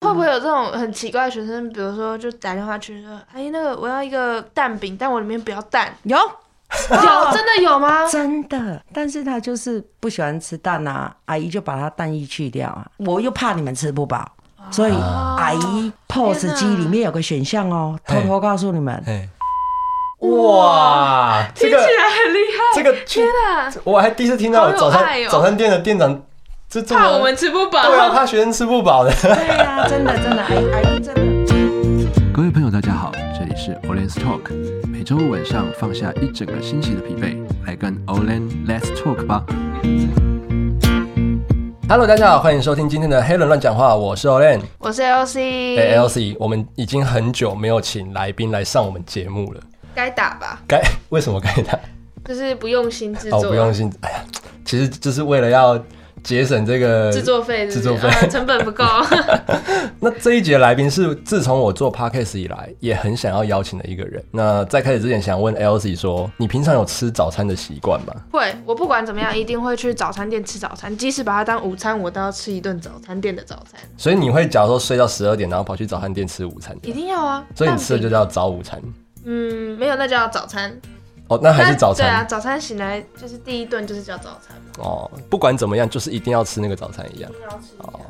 会不会有这种很奇怪的学生？比如说，就打电话去说：“哎，那个我要一个蛋饼，但我里面不要 蛋。有”有真的有吗？真的，但是他就是不喜欢吃蛋啊，阿姨就把他蛋液去掉啊。我又怕你们吃不饱，所以啊哎阿姨 POS 天哪机里面有个选项哦，偷嘿偷告诉你们，哎，哇，这听起个来很厉害。这个去天，哪！我还第一次听到好有早餐爱哦早餐店的店长这这怕我么们吃不饱。对啊，怕学生吃不饱的。 对啊，真的真的，阿姨阿姨真的。各位朋友，大家好，这里是 Olen's Talk，每周五晚上放下一整个星期的疲惫，来跟 Olen Let's Talk 吧。 Hello，大家好，欢迎收听今天的黑人乱讲话，我是 Olen 我是 LC，哎 LC，我们已经很久没有请来宾来上我们节目了，该打吧，该 为什么该他？就是不用心制哦，作，啊不用心，哎呀，其实就是为了要节省这个制。作费是不是，制作费啊成本不够。那这一节来宾是自从我做 podcast 以来，也很想要邀请的一个人。那在开始之前，想问 LC 说，你平常有吃早餐的习惯吗？会，我不管怎么样，一定会去早餐店吃早餐，即使把它当午餐，我都要吃一顿早餐店的早餐，所以你会假如说睡到十二点，然后跑去早餐店吃午餐，一定要啊。所以你吃的就蛋叫早午餐。饼嗯，没有，那叫早餐。哦，那还是那早对啊，餐、早餐醒来就是第一顿就是叫早餐嘛，哦，不管怎么样，就是一定要吃那个早餐一样一。定要吃一样。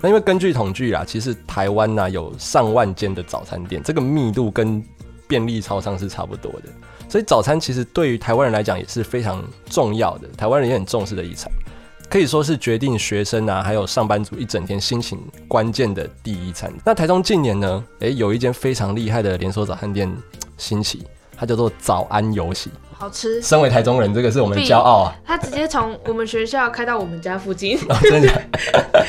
那因为根据统计啦，其实台湾呐、有上万间的早餐店，这个密度跟便利超商是差不多的，所以早餐其实对于台湾人来讲也是非常重要的，台湾人也很重视的遗产，可以说是决定学生啊还有上班族一整天心情关键的第一餐。那台中近年呢，诶、有一间非常厉害的连锁早餐店兴起，它叫做早安有喜。好吃。身为台中人，这个是我们的骄傲啊！他直接从我们学校开到我们家附 近，哦，真的假的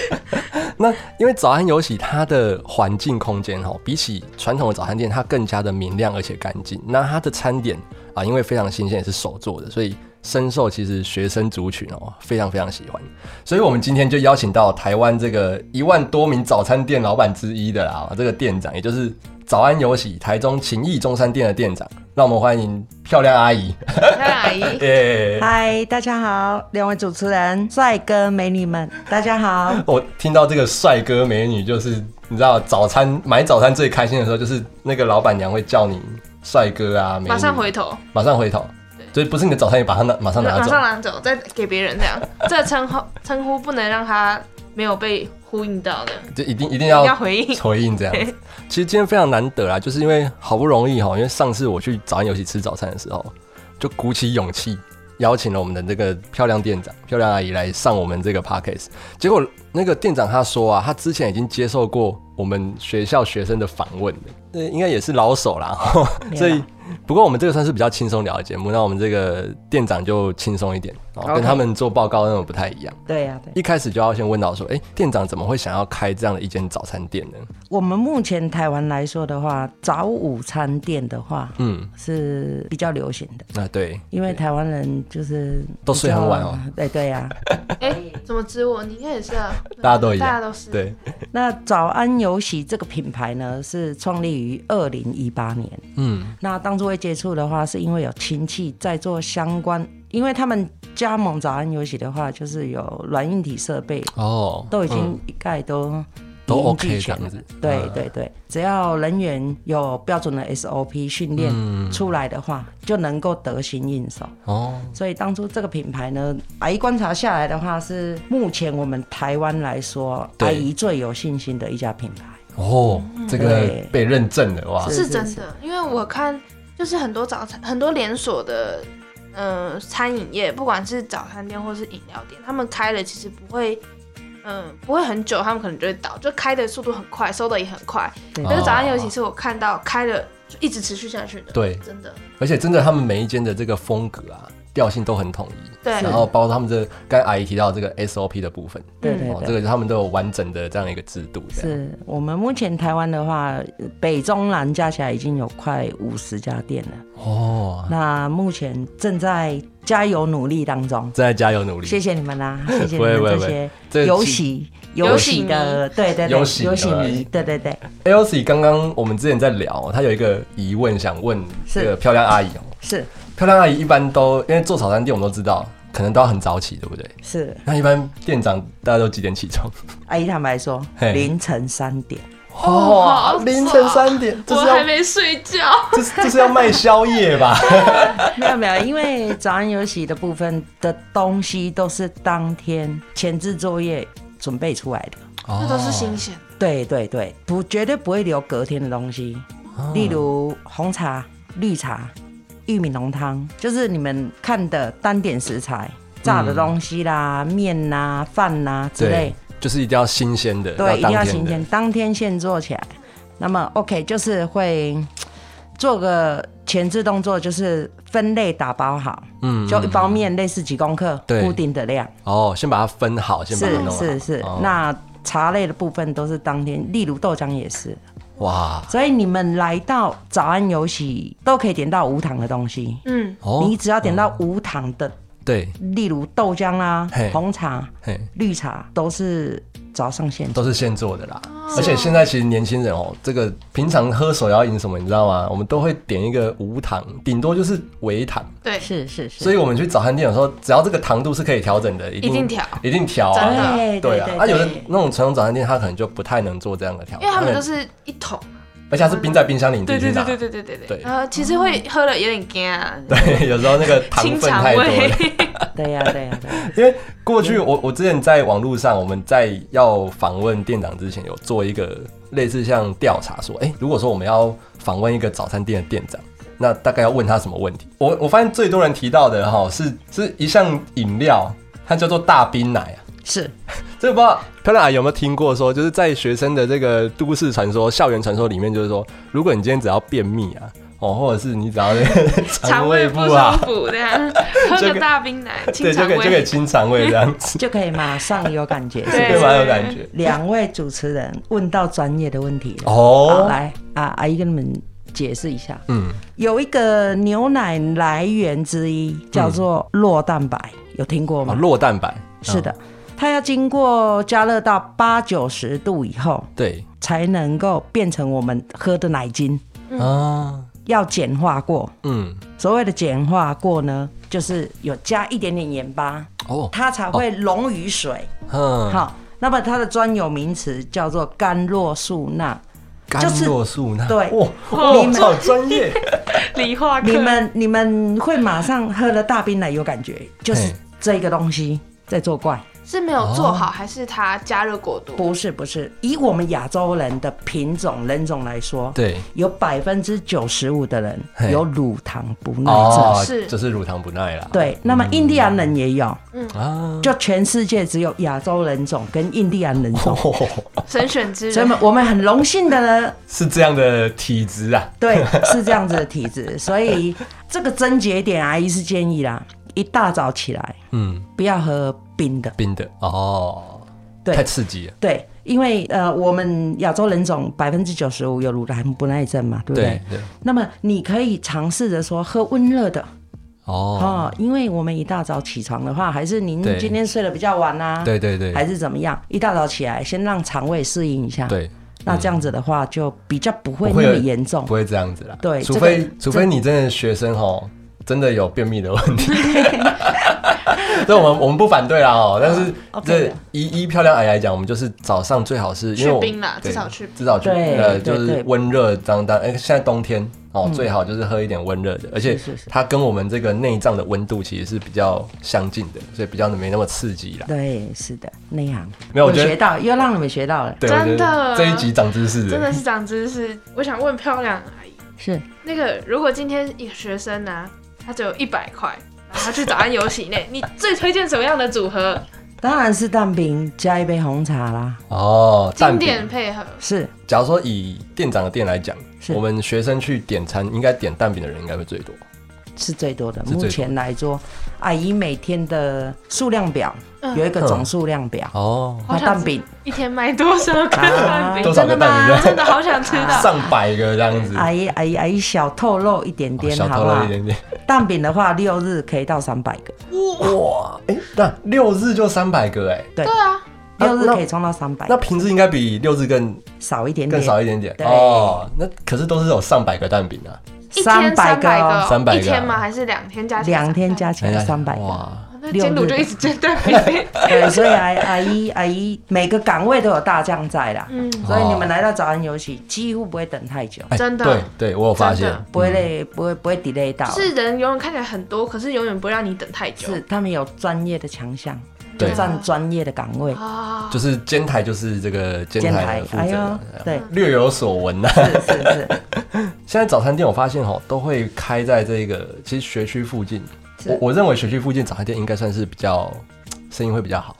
那因为早安有喜，它的环境空间哈、哦，比起传统的早餐店，它更加的明亮而且干净。那它的餐点啊，因为非常新鲜，也是手做的，所以深受其实学生族群哦非常非常喜欢。所以我们今天就邀请到台湾这个一万多名早餐店老板之一的啦，这个店长，也就是早安有喜台中情谊中山店的店长。让我们欢迎漂亮阿姨，那阿姨。耶、嗨，大家好，两位主持人，帅哥美女们，大家好。我听到这个帅哥美女，就是你知道早餐买早餐最开心的时候，就是那个老板娘会叫你帅哥啊，美女马上回头，马上回头，所以不是你的早餐也把它拿马上拿马走上，拿走，再给别人这样，这称呼称呼不能让他没有被呼应到的，就一定一定要要回 应。回应这样子。其实今天非常难得啦，啊就是因为好不容易哈，因为上次我去早安游戏吃早餐的时候，就鼓起勇气邀请了我们的这个漂亮店长、漂亮阿姨来上我们这个 podcast。结果那个店长他说啊，他之前已经接受过我们学校学生的访问的，这应该也是老手啦。 啊所以不过我们这个算是比较轻松聊的节目，那我们这个店长就轻松一点，哦，跟 OK 他们做报告那种不太一样。对呀、对，一开始就要先问到说，哎、店长怎么会想要开这样的一间早餐店呢？我们目前台湾来说的话，早午餐店的话嗯，是比较流行的，那啊对，因为台湾人就是都睡很晚哦比较。对对呀、哎、怎么指我？你应该也是啊，大家都一样大家都是。，对，那早安有喜这个品牌呢，是创立于二零一八年。嗯，那当初会接触的话，是因为有亲戚在做相关，因为他们加盟早安有喜的话，就是有软硬体设备哦，都已嗯经一概都、都一应 OK 俱这全样了子，对嗯对对，只要人员有标准的 SOP 训练嗯出来的话，就能够得心应手。哦，所以当初这个品牌呢，阿姨观察下来的话，是目前我们台湾来说，对阿姨最有信心的一家品牌。哦，这个嗯对被认证了哇，是哦是真的，因为我看就是很多早餐，很多连锁的。嗯、餐饮业不管是早餐店或是饮料店，他们开了其实不会，嗯、不会很久，他们可能就会倒，就开的速度很快，收的也很快。对可是早安有哦喜是我看到开了就一直持续下去的，对真的，而且真的他们每一间的这个风格啊调性都很统一，对，嗯然后包括他们这刚才阿姨提到这个 SOP 的部分，对嗯对哦，这对。个他们都有完整的这样一个制度，这样，是我们目前台湾的话，北中南加起来已经有快五十家店了。哦，那目前正在加油努力当中，正在加油努力，谢谢你们 啦，谢谢你不会不们会这些这个有其喜有有喜喜的，对对对，有喜哎有喜的迷，对对对， Elsie 刚刚我们之前在聊，她有一个疑问想问这个漂亮阿姨哦。是漂亮阿姨一般都因为做早餐店，我们都知道可能都要很早起，对不对？是。那一般店长大家都几点起床？阿姨坦白说嘿，凌晨三点，好哦，凌晨爽三点，这我是还要没睡觉。这是这是要卖宵 夜吧？没有没有，因为早安有喜的部分的东西都是当天前置作业准备出来的。哦这都是新鲜的，对对对，不绝对不会留隔天的东西，例如红茶、绿茶、玉米浓汤，就是你们看的单点食材，炸的东西啦、面啦、饭啦之类对，，就是一定要新鲜的，对，一定要当天新的鲜，当天现做起来。那么 OK，就是会做个前置动作，就是分类打包好，嗯就一包面类似几公克，对固定的量。哦，先把它分好，先把它弄是好。是是，哦那茶类的部分都是当天，例如豆浆也是。哇所以你们来到早安有喜都可以点到无糖的东西，嗯，哦，你只要点到无糖的，对，例如豆浆啊嘿、红茶、嘿，绿茶，都是早上现做。都是现做的啦。哦而且现在其实年轻人哦，这个平常喝手摇饮什么，你知道吗？我们都会点一个无糖，顶多就是微糖。对，是是是，所以我们去早餐店有时候，只要这个糖度是可以调整的，一定一定调一定调真啊的。对对对啊，对，啊有的对那种传统早餐店，它可能就不太能做这样的调因整，为他们可都能是一桶。而且它是冰在冰箱里，你自对己去对拿对对对对对对对。然后其实会喝了有点干啊，对， 有时候那个糖清分肠太多胃了。。对呀对呀对 呀，因为 过去我我之前在网络上，我们在要访问店长之前，有做一个类似像调查，说，哎、如果说我们要访问一个早餐店的店长，那大概要问他什么问题？我我发现最多人提到的哈是是一项饮料，它叫做大冰奶啊。是这个不知道漂亮阿啊姨有没有听过说，就是在学生的这个都市传说、校园传说里面，就是说，如果你今天只要便秘啊，哦，或者是你只要那个 肠胃不不舒啊，服这样，喝这个个大冰奶清对，就肠可以就可以胃。清肠胃这样子，就可以马上有感觉。是对 对，蛮有感觉。两位主持人问到专业的问题了，好哦，来啊，阿姨跟你们解释一下，嗯，有一个牛奶来源之一叫做酪蛋白，有听过哦，吗？弱蛋白是的，它要经过加热到八九十度以后，对才能够变成我们喝的奶精。嗯啊，要碱化过，嗯，所谓的碱化过呢，就是有加一点点盐巴，哦，它才会溶于水。嗯，好、那么它的专有名词叫做甘洛素钠。甘洛素钠，就是对哇，哦哇，好专业，理化课，你们你们会马上喝了大冰奶有感觉，就是嘿这个东西在作怪。是没有做好，还是它加热过度？不是不是，以我们亚洲人的品种人种来说， 对，有百分之九十五的人嘿有乳糖不耐症。哦，嗯嗯是就是乳糖不耐啦，对，那么印第安人也有，啊，就全世界只有亚洲人种跟印第安人哦种，哦神选之所以人，我们我们很荣幸的呢， 是这样的体质啊，对，是这样子的体质，所以这个症结点，阿姨是建议啦，一大早起来嗯，不要喝冰的，冰的哦，对太刺激了，对，因为呃，我们亚洲人种百分之九十五有乳糖不耐症嘛，对不对？对对，那么你可以尝试着说喝温热的哦，哦，因为我们一大早起床的话，还是您对今天睡得比较晚啊，对对对，还是怎么样？一大早起来，先让肠胃适应一下。，对，嗯那这样子的话，就比较不会不那会么有严重不。会这样子啦，对除这个非这除非你真的学生哦，真的有便秘的问 题。 所以我们我们不反对啦哦，但是，OK 这的依依漂亮矮来讲，我们就是早上最好是因为我去冰啦对至少去冰至少去对呃对就是对温热当当，哎现在冬天哦最好就是喝一点温热的，而且是是是它跟我们这个内脏的温度其实是比较相近的，所以比较没那么刺激啦。对，是的，那样。没有我我觉得学到，又让你们学到了。对，我觉真得的这一集长知识欸了，真的是长知识。我想问漂亮阿姨，是，那个如果今天一个学生呢、他只有一百块，然后他去早安游戏 内，你最推荐什么样的组合？当然是蛋饼加一杯红茶啦。哦，蛋经饼典配合，是，假如说以店长的店来讲，是我们学生去点餐，应该点蛋饼的人应该会最多。是最多的。最多目的前来说，阿姨每天的数量表嗯有一个总数量表。哦，那蛋饼一天买多少个蛋饼？多少个蛋饼 真的吗？真的好想吃到。上百个这样子，阿姨，阿姨，阿姨，小透露一点嗯哦哎点，小好偷不了好一？点点。蛋饼的话，六日可以到三百个，哇，哎、那六日就三百个哎、对，对啊，那六日那可以冲到三百那，平日应该比六日更少一点点，更少一点点对哦。那可是都是有上百个蛋饼啊，一天300三个百哦个哦， 300个一天吗？还是两天加起来？两天加起哎来呀三百个，哇，那那六煎卤日就一直煎蛋饼。对，所以阿阿姨阿姨每个岗位都有大将在啦，嗯，所以你哦们来到早安游戏几乎不会等太久，哎真的对对，我有发现真的，不会累，不会不会 delay 到，就是人永远看起来很多，可是永远不会让你等太久。是他们有专业的强项，嗯对就占专业的岗位，啊，就是监台就是这个监监台台的，负责哎呦人，，对，略有所闻啊呐、是是是，现在早餐店我发现哦，都会开在这个其实学区附近。是我我认为学区附近早餐店应该算是比较生意会比较好，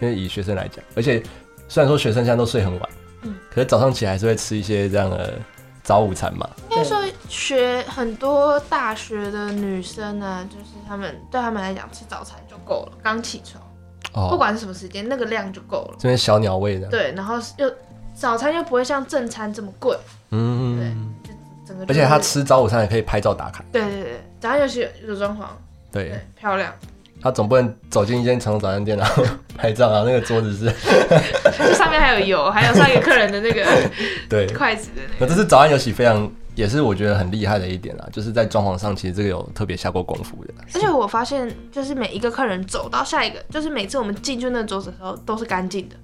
因为以学生来讲，而且虽然说学生现在都睡很晚，嗯可是早上起来还是会吃一些这样的早午餐嘛。应该说学很多大学的女生呢，就是她们对她们来讲吃早餐就够了，刚起床，哦啊不管是什么时间，那个量就够了。这边小鸟胃的，对，然后又早餐又不会像正餐这么贵，嗯，整个就而是、且他吃早午餐也可以拍照打卡，对对对，早上尤其有装潢，对对，漂亮，他总不能走进一间传统早餐店然后拍照啊，那个桌子 是，这上面还有油，还有上一个客人的那个对，筷子的那那个。这是早安游戏非常也是我觉得很厉害的一点啦，啊就是在装潢上其实这个有特别下过功夫的。而且我发现，就是每一个客人走到下一个，就是每次我们进去那桌子的时候都是干净的。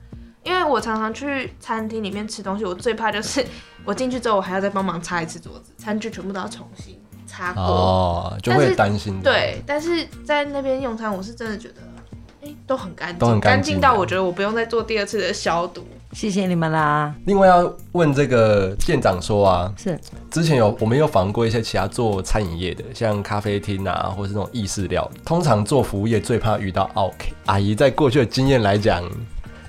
因为我常常去餐厅里面吃东西，我最怕就是我进去之后，我还要再帮忙擦一次桌子，餐具全部都要重新擦过。哦，就但会是担心。，对，嗯但是在那边用餐，我是真的觉得，哎、都很干净，都很干干净净到我觉得我不用再做第二次的消毒。谢谢你们啦，另外要问这个店长说啊，是之前有我们有访问过一些其他做餐饮业的，像咖啡厅啊，或是那种意式料理。通常做服务业最怕遇到 OK 阿姨，在过去的经验来讲。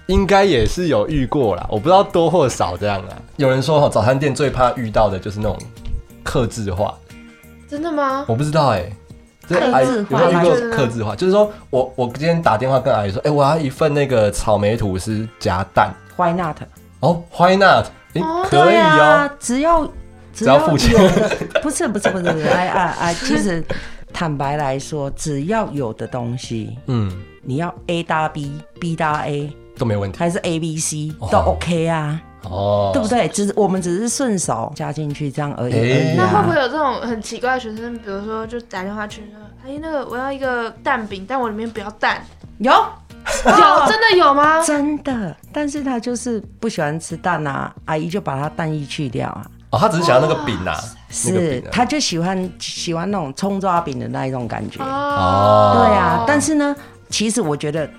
应该也是有遇过啦，我不知道多或少这样啊。有人说哈，早餐店最怕遇到的就是那种克制化，真的吗？我不知道哎、欸，这客阿姨制有化没有遇吧过就是克制化？就是说我我今天打电话跟阿姨说，哎、我要一份那个草莓吐司夹蛋。 why not？哦，Why not？哎、哦可以对啊哦，，只要只只要付钱有的，不是不是不是不是，哎啊啊！其实坦白来说，只要有的东西，嗯，你要 A 搭 B，B 搭 A，都没问题还是 A B C 哦都 OK 啊，哦，对不？对？只是我们只是顺手加进去这样而已哎而已那会不啊。会有这种很奇怪的学生，比如说就打电话去说，哎，那个我要一个蛋饼，但我里面不要蛋，有有真的有吗？ 真的，但是他就是不喜欢吃蛋啊，阿姨就把他蛋液去掉啊。哦，他只是想要那个饼啊，哦那个是饼，啊。他就喜欢喜欢那种葱抓饼的那一种感觉。哦对啊，但是呢，其实我觉得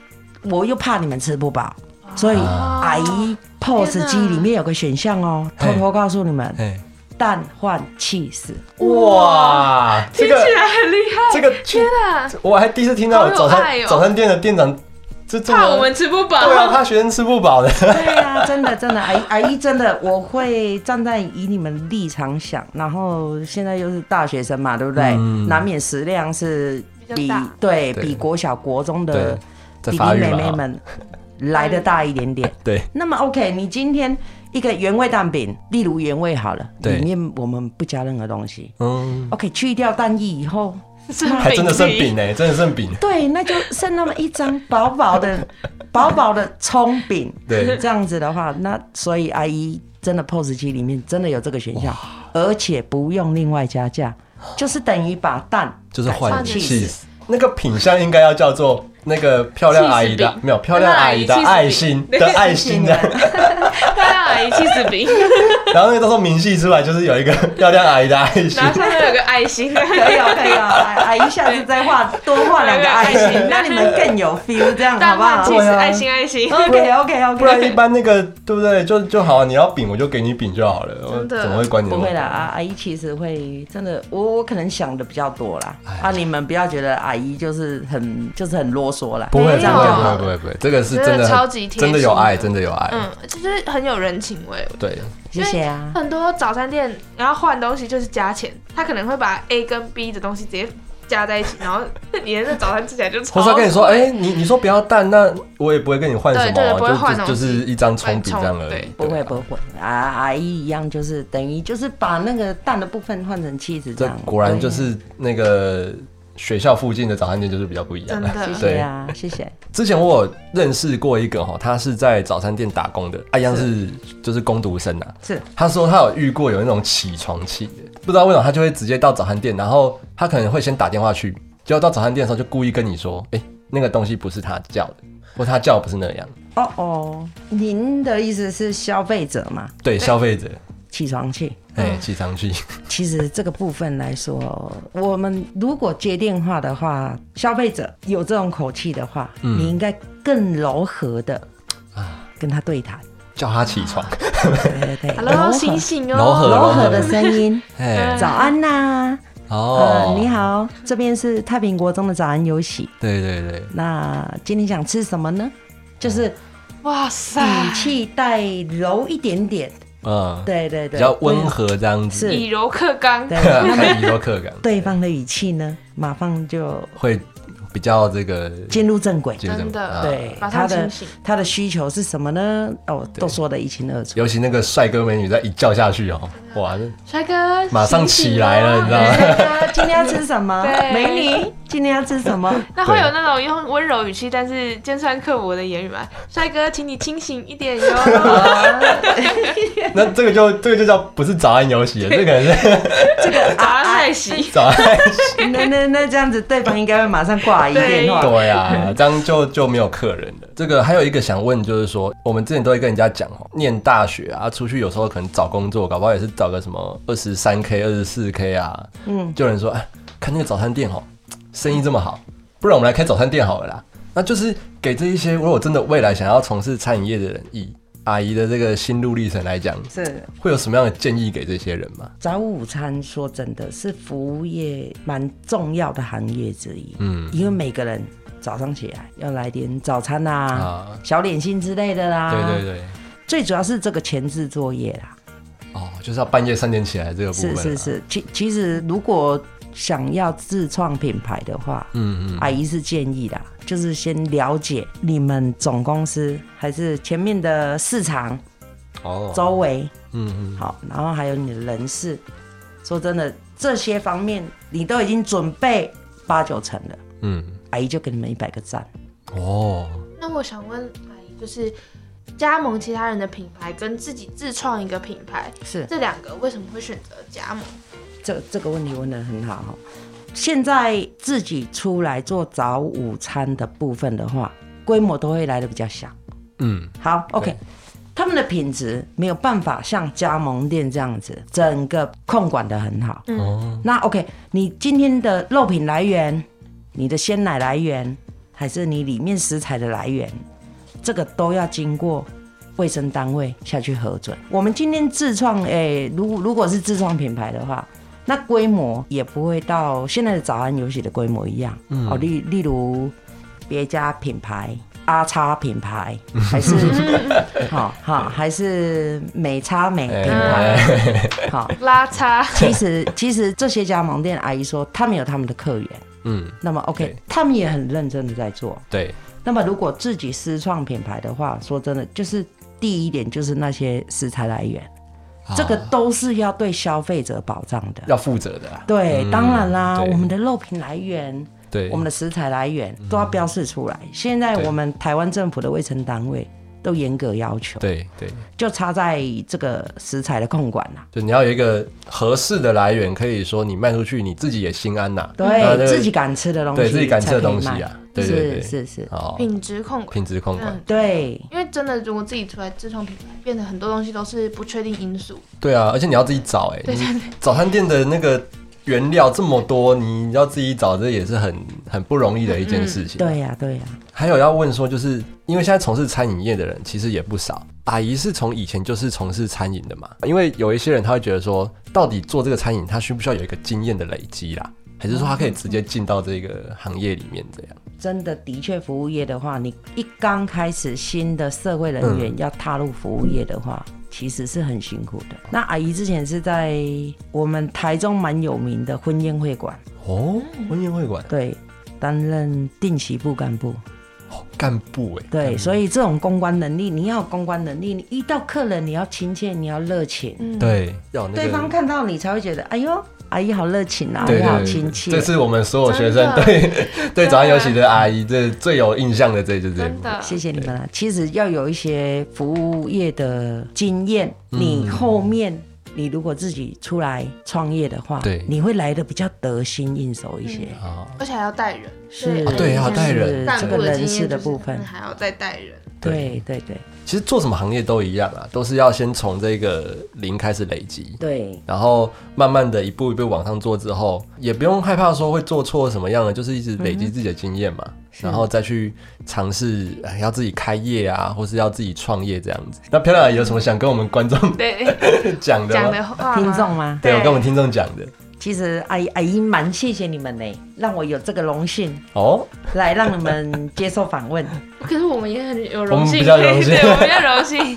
我又怕你们吃不饱，所以啊阿姨 POS 机里面有个选项哦，嘿偷偷告诉你们，哎，蛋换 cheese，哇，这听个起来很厉害，这个去，啊我还第一次听到好有早餐爱哦早餐店的店长这这怕我么们吃不饱。对啊，怕学生吃不 饱的。对啊，真的真的，阿姨阿姨真的，我会站在以你们立场想，然后现在又是大学生嘛，对不对？嗯难免食量是比比较大对对比国小国中的弟对在弟发育妹妹嘛，们来的大一 点点。对，那么 OK，你今天一个原味蛋饼，例如原味好了，对里面我们不加任何东西。嗯， OK，去掉蛋液以后，剩饼还真的剩饼粒，呢、真的剩饼，对，那就剩那么一张薄薄的、 薄薄的葱饼。对这样子的话，那所以阿姨真的 POS 机里面真的有这个选项，而且不用另外加价，就是等于把蛋就 是换换 cheese。那个品相应该要叫做那个漂亮阿姨 cheese 的饼没有漂亮阿姨的漂亮阿姨爱 cheese 心饼的爱 心的，漂亮阿姨气死 饼，然后那个到时候明细出来就是有一个漂亮阿姨的爱心然，后上面有个爱心，啊 可啊以哦，可以哦，阿阿姨下次再画多画两个爱 心，让你们更有 feel，这样好蛋饭不气死好对啊啊爱心爱心。 ？OK OK 不然一 OK。般那个对不对？就就好，你要饼我就给你饼就好了，我真的怎么会管你那不么会多啦，阿阿姨其实会真的，我我可能想的比较多啦。哎啊，你们不要觉得阿姨就是很就是很啰嗦啦。不会，没有不会，不会，不会，不会，这个是真真的的很超级贴心真的有爱，真的有爱。嗯，就是很有人情味。对，谢谢啊，很多早餐店，然后换东西就是加钱，他可能会把 A 跟 B 的东西直接加在一起，然后 你的那早餐吃起来就超。或是要跟你说，哎，你你说不要蛋，那我也不会跟你换什对对不会么换啊，就就东就是西一张葱饼这样而对已。不对会啊不会，啊阿姨一样就是等于就是把那个蛋的部分换成气质这这样。果然就是那个学校附近的早餐店就是比较不一真样了。的对。谢谢啊，谢谢。之前我有认识过一个哈，他是在早餐店打工的，啊，一样是就是工读生啊。是他说他有遇过有那种起床气的，不知道为什么他就会直接到早餐店，然后他可能会先打电话去，结果到早餐店的时候就故意跟你说，哎、那个东西不是他叫的，或他叫的不是那样。哦哦，您的意思是消费者嘛？对消 费者，起床气。哎，起床气，其实这个部分来说，我们如果接电话的话，消费者有这种口气的话，嗯你应该更柔和的啊跟他对谈。叫他起床，对对对，柔哎，Hello，和醒醒柔和哦，柔和的声音，哎，早安呐、哦呃，，嗯你，好，这边是太平国中的早安有喜。对对对，那今天想吃什么呢？就是哇语塞，气带柔一点点，嗯，对对对，比较温和这样子，是以柔克刚，对。对，那么 看以柔克刚，对方的语气呢，马上就会比较这个进入正轨。精神真的啊对，马上他的清醒他的需求是什么呢？哦，都说的一清二楚。尤其那个帅哥美女在一叫下去哦，哇，那帅哥，马上起来了醒你醒哦 知道吗大家哎今天要吃什么？对美女，今天要吃什么？那会有那种用温柔语气，但是尖酸刻薄的言语吗？帅哥，请你清醒一点 哟。啊那这个就这个就叫不是早安游戏了，这个可能是早安爱惜，早安，那那那这样子，对方应该会马上挂一电 话。对呀，这样就就没有客人了。这个还有一个想问，就是说我们之前都会跟人家讲哦，念大学啊，出去有时候可能找工作，搞不好也是找个什么二十三 k、二十四 k 啊，嗯，就有人说，哎，看那个早餐店哦，生意这么好，不然我们来开早餐店好了啦。那就是给这一些如果真的未来想要从事餐饮业的人，以阿姨的这个心路历程来讲，是会有什么样的建议给这些人吗？早午餐，说真的是服务业蛮重要的行业之一。嗯因为每个人早上起来要来点早餐啦、啊，小点心之类的啦。对啊对对。最主要是这个前置作业啦。哦，就是要半夜三点起来这个部分、啊是是，是，其其实如果想要自创品牌的话，嗯嗯，阿姨是建议啦，就是先了解你们总公司还是前面的市场哦，周，围，嗯嗯，好，然后还有你的人事。说真的，这些方面你都已经准备八九成了，嗯，阿姨就给你们一百个赞。哦， 那我想问阿姨，就是加盟其他人的品牌跟自己自创一个品牌，是这两个为什么会选择加盟？这这个问题问得很好哦。现在自己出来做早午餐的部分的话，规模都会来的比较小。嗯，好对，OK，他们的品质没有办法像加盟店这样子，整个控管的很好。哦，那 OK，你今天的肉品来源、你的鲜奶来源，还是你里面食材的来源，这个都要经过卫生单位下去核准。我们今天自创，诶、如如果是自创品牌的话，那规模也不会到现在的早安游戏的规模一样。哦，例例如别家品牌。阿叉品牌还是好好还是美叉美哎品牌好，拉差，其实 其实这些加盟店阿姨说，他们有他们的客源，嗯，那么 OK，对他们也很认真的在做。对，那么如果自己私创品牌的话，说真的，就是第一点就是那些食材来源，啊这个都是要对消费者保障的。要负责的啦，对，嗯当然啦，对我们的肉品来源、对，嗯我们的食材来源都要标示出来。现在对我们台湾政府的卫生单位都严格要求，对对，就差在这个食材的控管啦、就你要有一个合适的来源，可以说你卖出去，你自己也心安呐，啊那这对个自己敢吃的东西，对自己敢吃的东西啊，对对对，是是是，哦，品质控管。品质控管嗯，对，因为真的，如果自己出来自创品牌，变得很多东西都是不确定因素。对啊，而且你要自己找，哎，你早餐店的那个原料这么多，你要自己找，这也是很很不容易的一件事情，啊对呀、对啊呀、还有要问说，就是因为现在从事餐饮业的人其实也不少。阿姨是从以前就是从事餐饮的嘛，因为有一些人他会觉得说，到底做这个餐饮，他需不需要有一个经验的累积啦？还是说他可以直接进到这个行业里面这样？真的的确，服务业的话，你一刚开始新的社会人嗯员要踏入服务业的话，其实是很辛苦的。那阿姨之前是在我们台中蛮有名的婚宴会馆，哦，婚宴会馆对，担任定期部干部，哦干部哎，对，所以这种公关能力，你要有公关能力，你遇到客人你要亲切，你要热情，嗯，对，要有那个对方看到你才会觉得，哎呦，阿姨好热情啊，对你好对亲对，切。这是我们所有学真生的对对早上有喜的阿姨这最有印象的这就是这一真幕的，谢谢你们了。其实要有一些服务业的经验，你后面你如果自己出来创业的话，对你会来的比较得心应手一些。啊，而且还要带人，是所以啊对要就是嗯带人干嗯这部个的经人验事就的是部他分们，还要再带人。对对对其实做什么行业都一样啊，都是要先从这个零开始累积，对，然后慢慢的一步一步往上做之后，也不用害怕说会做错什么样的，就是一直累积自己的经验嘛，嗯然后再去尝试哎要自己开业啊，或是要自己创业这样子。那漂亮阿姨有什么想跟我们观众对，讲的讲吗？的话吗听众吗？对我跟我对们听众讲的其实阿姨阿姨蛮谢谢你们呢，让我有这个荣幸哦，来让你们接受访问，可是我们也很有荣幸，比较荣幸 对，我们要荣幸，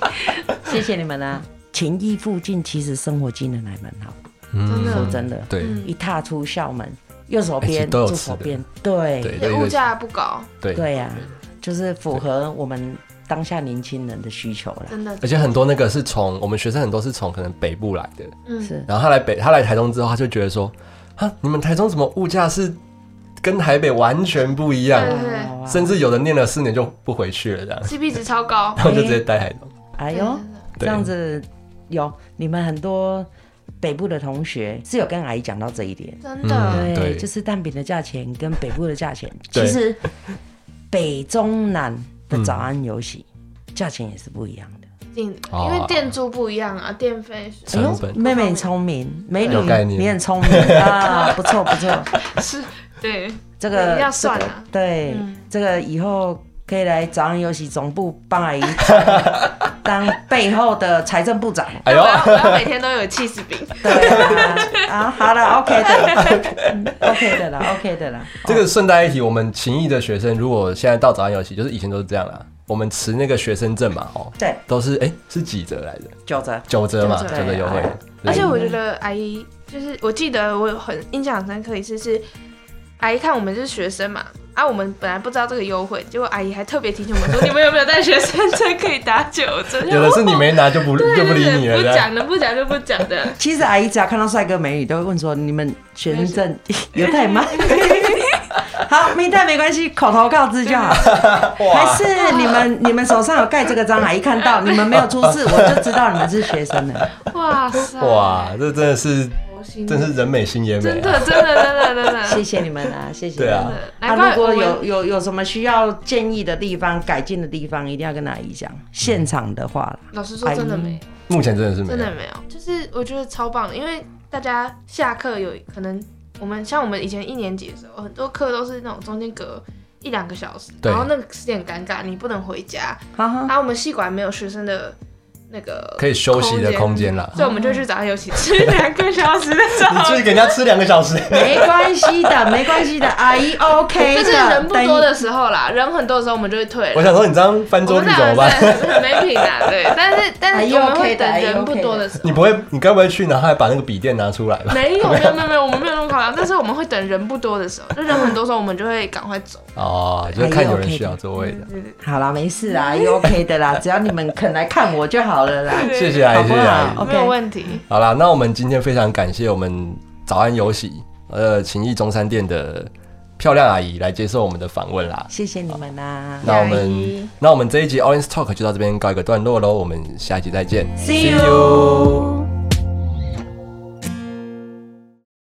谢谢你们啊！勤益附近其实生活机能还蛮好，真嗯，的说真的，对嗯一踏出校门，右手哎其实边都有左吃手的边，对对也对哎物价不高，对对呀、就是符合我们当下年轻人的需求啦。真的而且很多那个是从我们学生很多是从可能北部来的，嗯是然后他来北，他来台中之后，他就觉得说，啊，你们台中怎么物价是跟台北完全不一样，对哇哦哇甚至有的念了四年就不回去了，这样， CP 值超高。然后就直接待台 中。哎呦，这对样子有你们很多北部的同学是有跟阿姨讲到这一点，真的，嗯对就是蛋饼的价钱跟北部的价钱，对其实北中南的早安游戏嗯价钱也是不一样的。因哦因为店租不一样啊，电费是成本哎妹妹聪明，美女有概念你很聪明啊，不错不错，是， 对，这个要算这个啊对，嗯这个以后可以来早安游戏总部帮阿姨当背后的财政部长。我哎呦，要我要每天都有 cheese 饼，对啊， 啊，好了，OK 的、嗯、，OK 的啦，OK 的啦。这个顺带一提，我们勤益的学生如果现在到早安游戏，就是以前都是这样啦，我们持那个学生证嘛，哦，对，都是哎是几折来着？九折，九折嘛，九九折折优惠对啊。对而且我觉得阿姨就是，我记得我有很印象很深刻一次是，阿姨看我们是学生嘛，啊，我们本来不知道这个优惠，结果阿姨还特别提醒我们说， 你们有没有带学生证可以打九折？有的是你没拿就 不对就不对理你对，了，不这样讲的不讲就不讲的，其实阿姨只要看到帅哥美女，都会问说：“你们学 生证有带吗？” 好，没带没关系，口头告知 就好。还是你们你们手上有盖这个章，阿姨看到你们没有出事，我就知道你们是学生了。 哇塞，哇，这真的是佛心，真是人美心也美真的啊，真的真的真的谢真谢你们啊，谢谢。对啊的，啊，难如怪果我们有有有什么需要建议的地方、改进的地方，一定要跟阿姨讲。现场的话啦，老实说真的没有。目前真的是啊没真的有，没有，就是我觉得超棒的，因为大家下课有可能，我们像我们以前一年级的时候，很多课都是那种中间隔一两个小时，对然后那个时间很尴尬，你不能回家。哈哈然。后我们系馆没有学生的那个可以休息的空间啦。所以我们哦就去找他游戏吃两个小时的你早去餐。给人家吃两个小时， 没关系的，没关 系的，阿姨 OK 就的。是人不多等的时候啦，人很多的时候我们就会退我了。想说你这样翻我桌们率那怎么办？很很没品啊，对。但是但是我们会等哎呦，OK 的人不多的时候。你不会，你该不会去然后还把那个笔电拿出来吧？没有没有没有没有，我们没有那么夸张，但是我们会等人不多的时候，就人很多时候我们就会赶快走。哦，就是看有人需要座位的。一好啦，没事啦，阿姨 OK 的啦，只要你们肯来看我就好了啦，谢谢阿好姨，不谢谢好阿姨。没有？OK，问题，好啦，那我们今天非常感谢我们早安有喜呃情谊中山店的漂亮阿姨来接受我们的访问啦。谢谢你们啊啦那我阿们姨那我们这一集 Orange Talk 就到这边告一个段落喽，我们下一集再见 See you。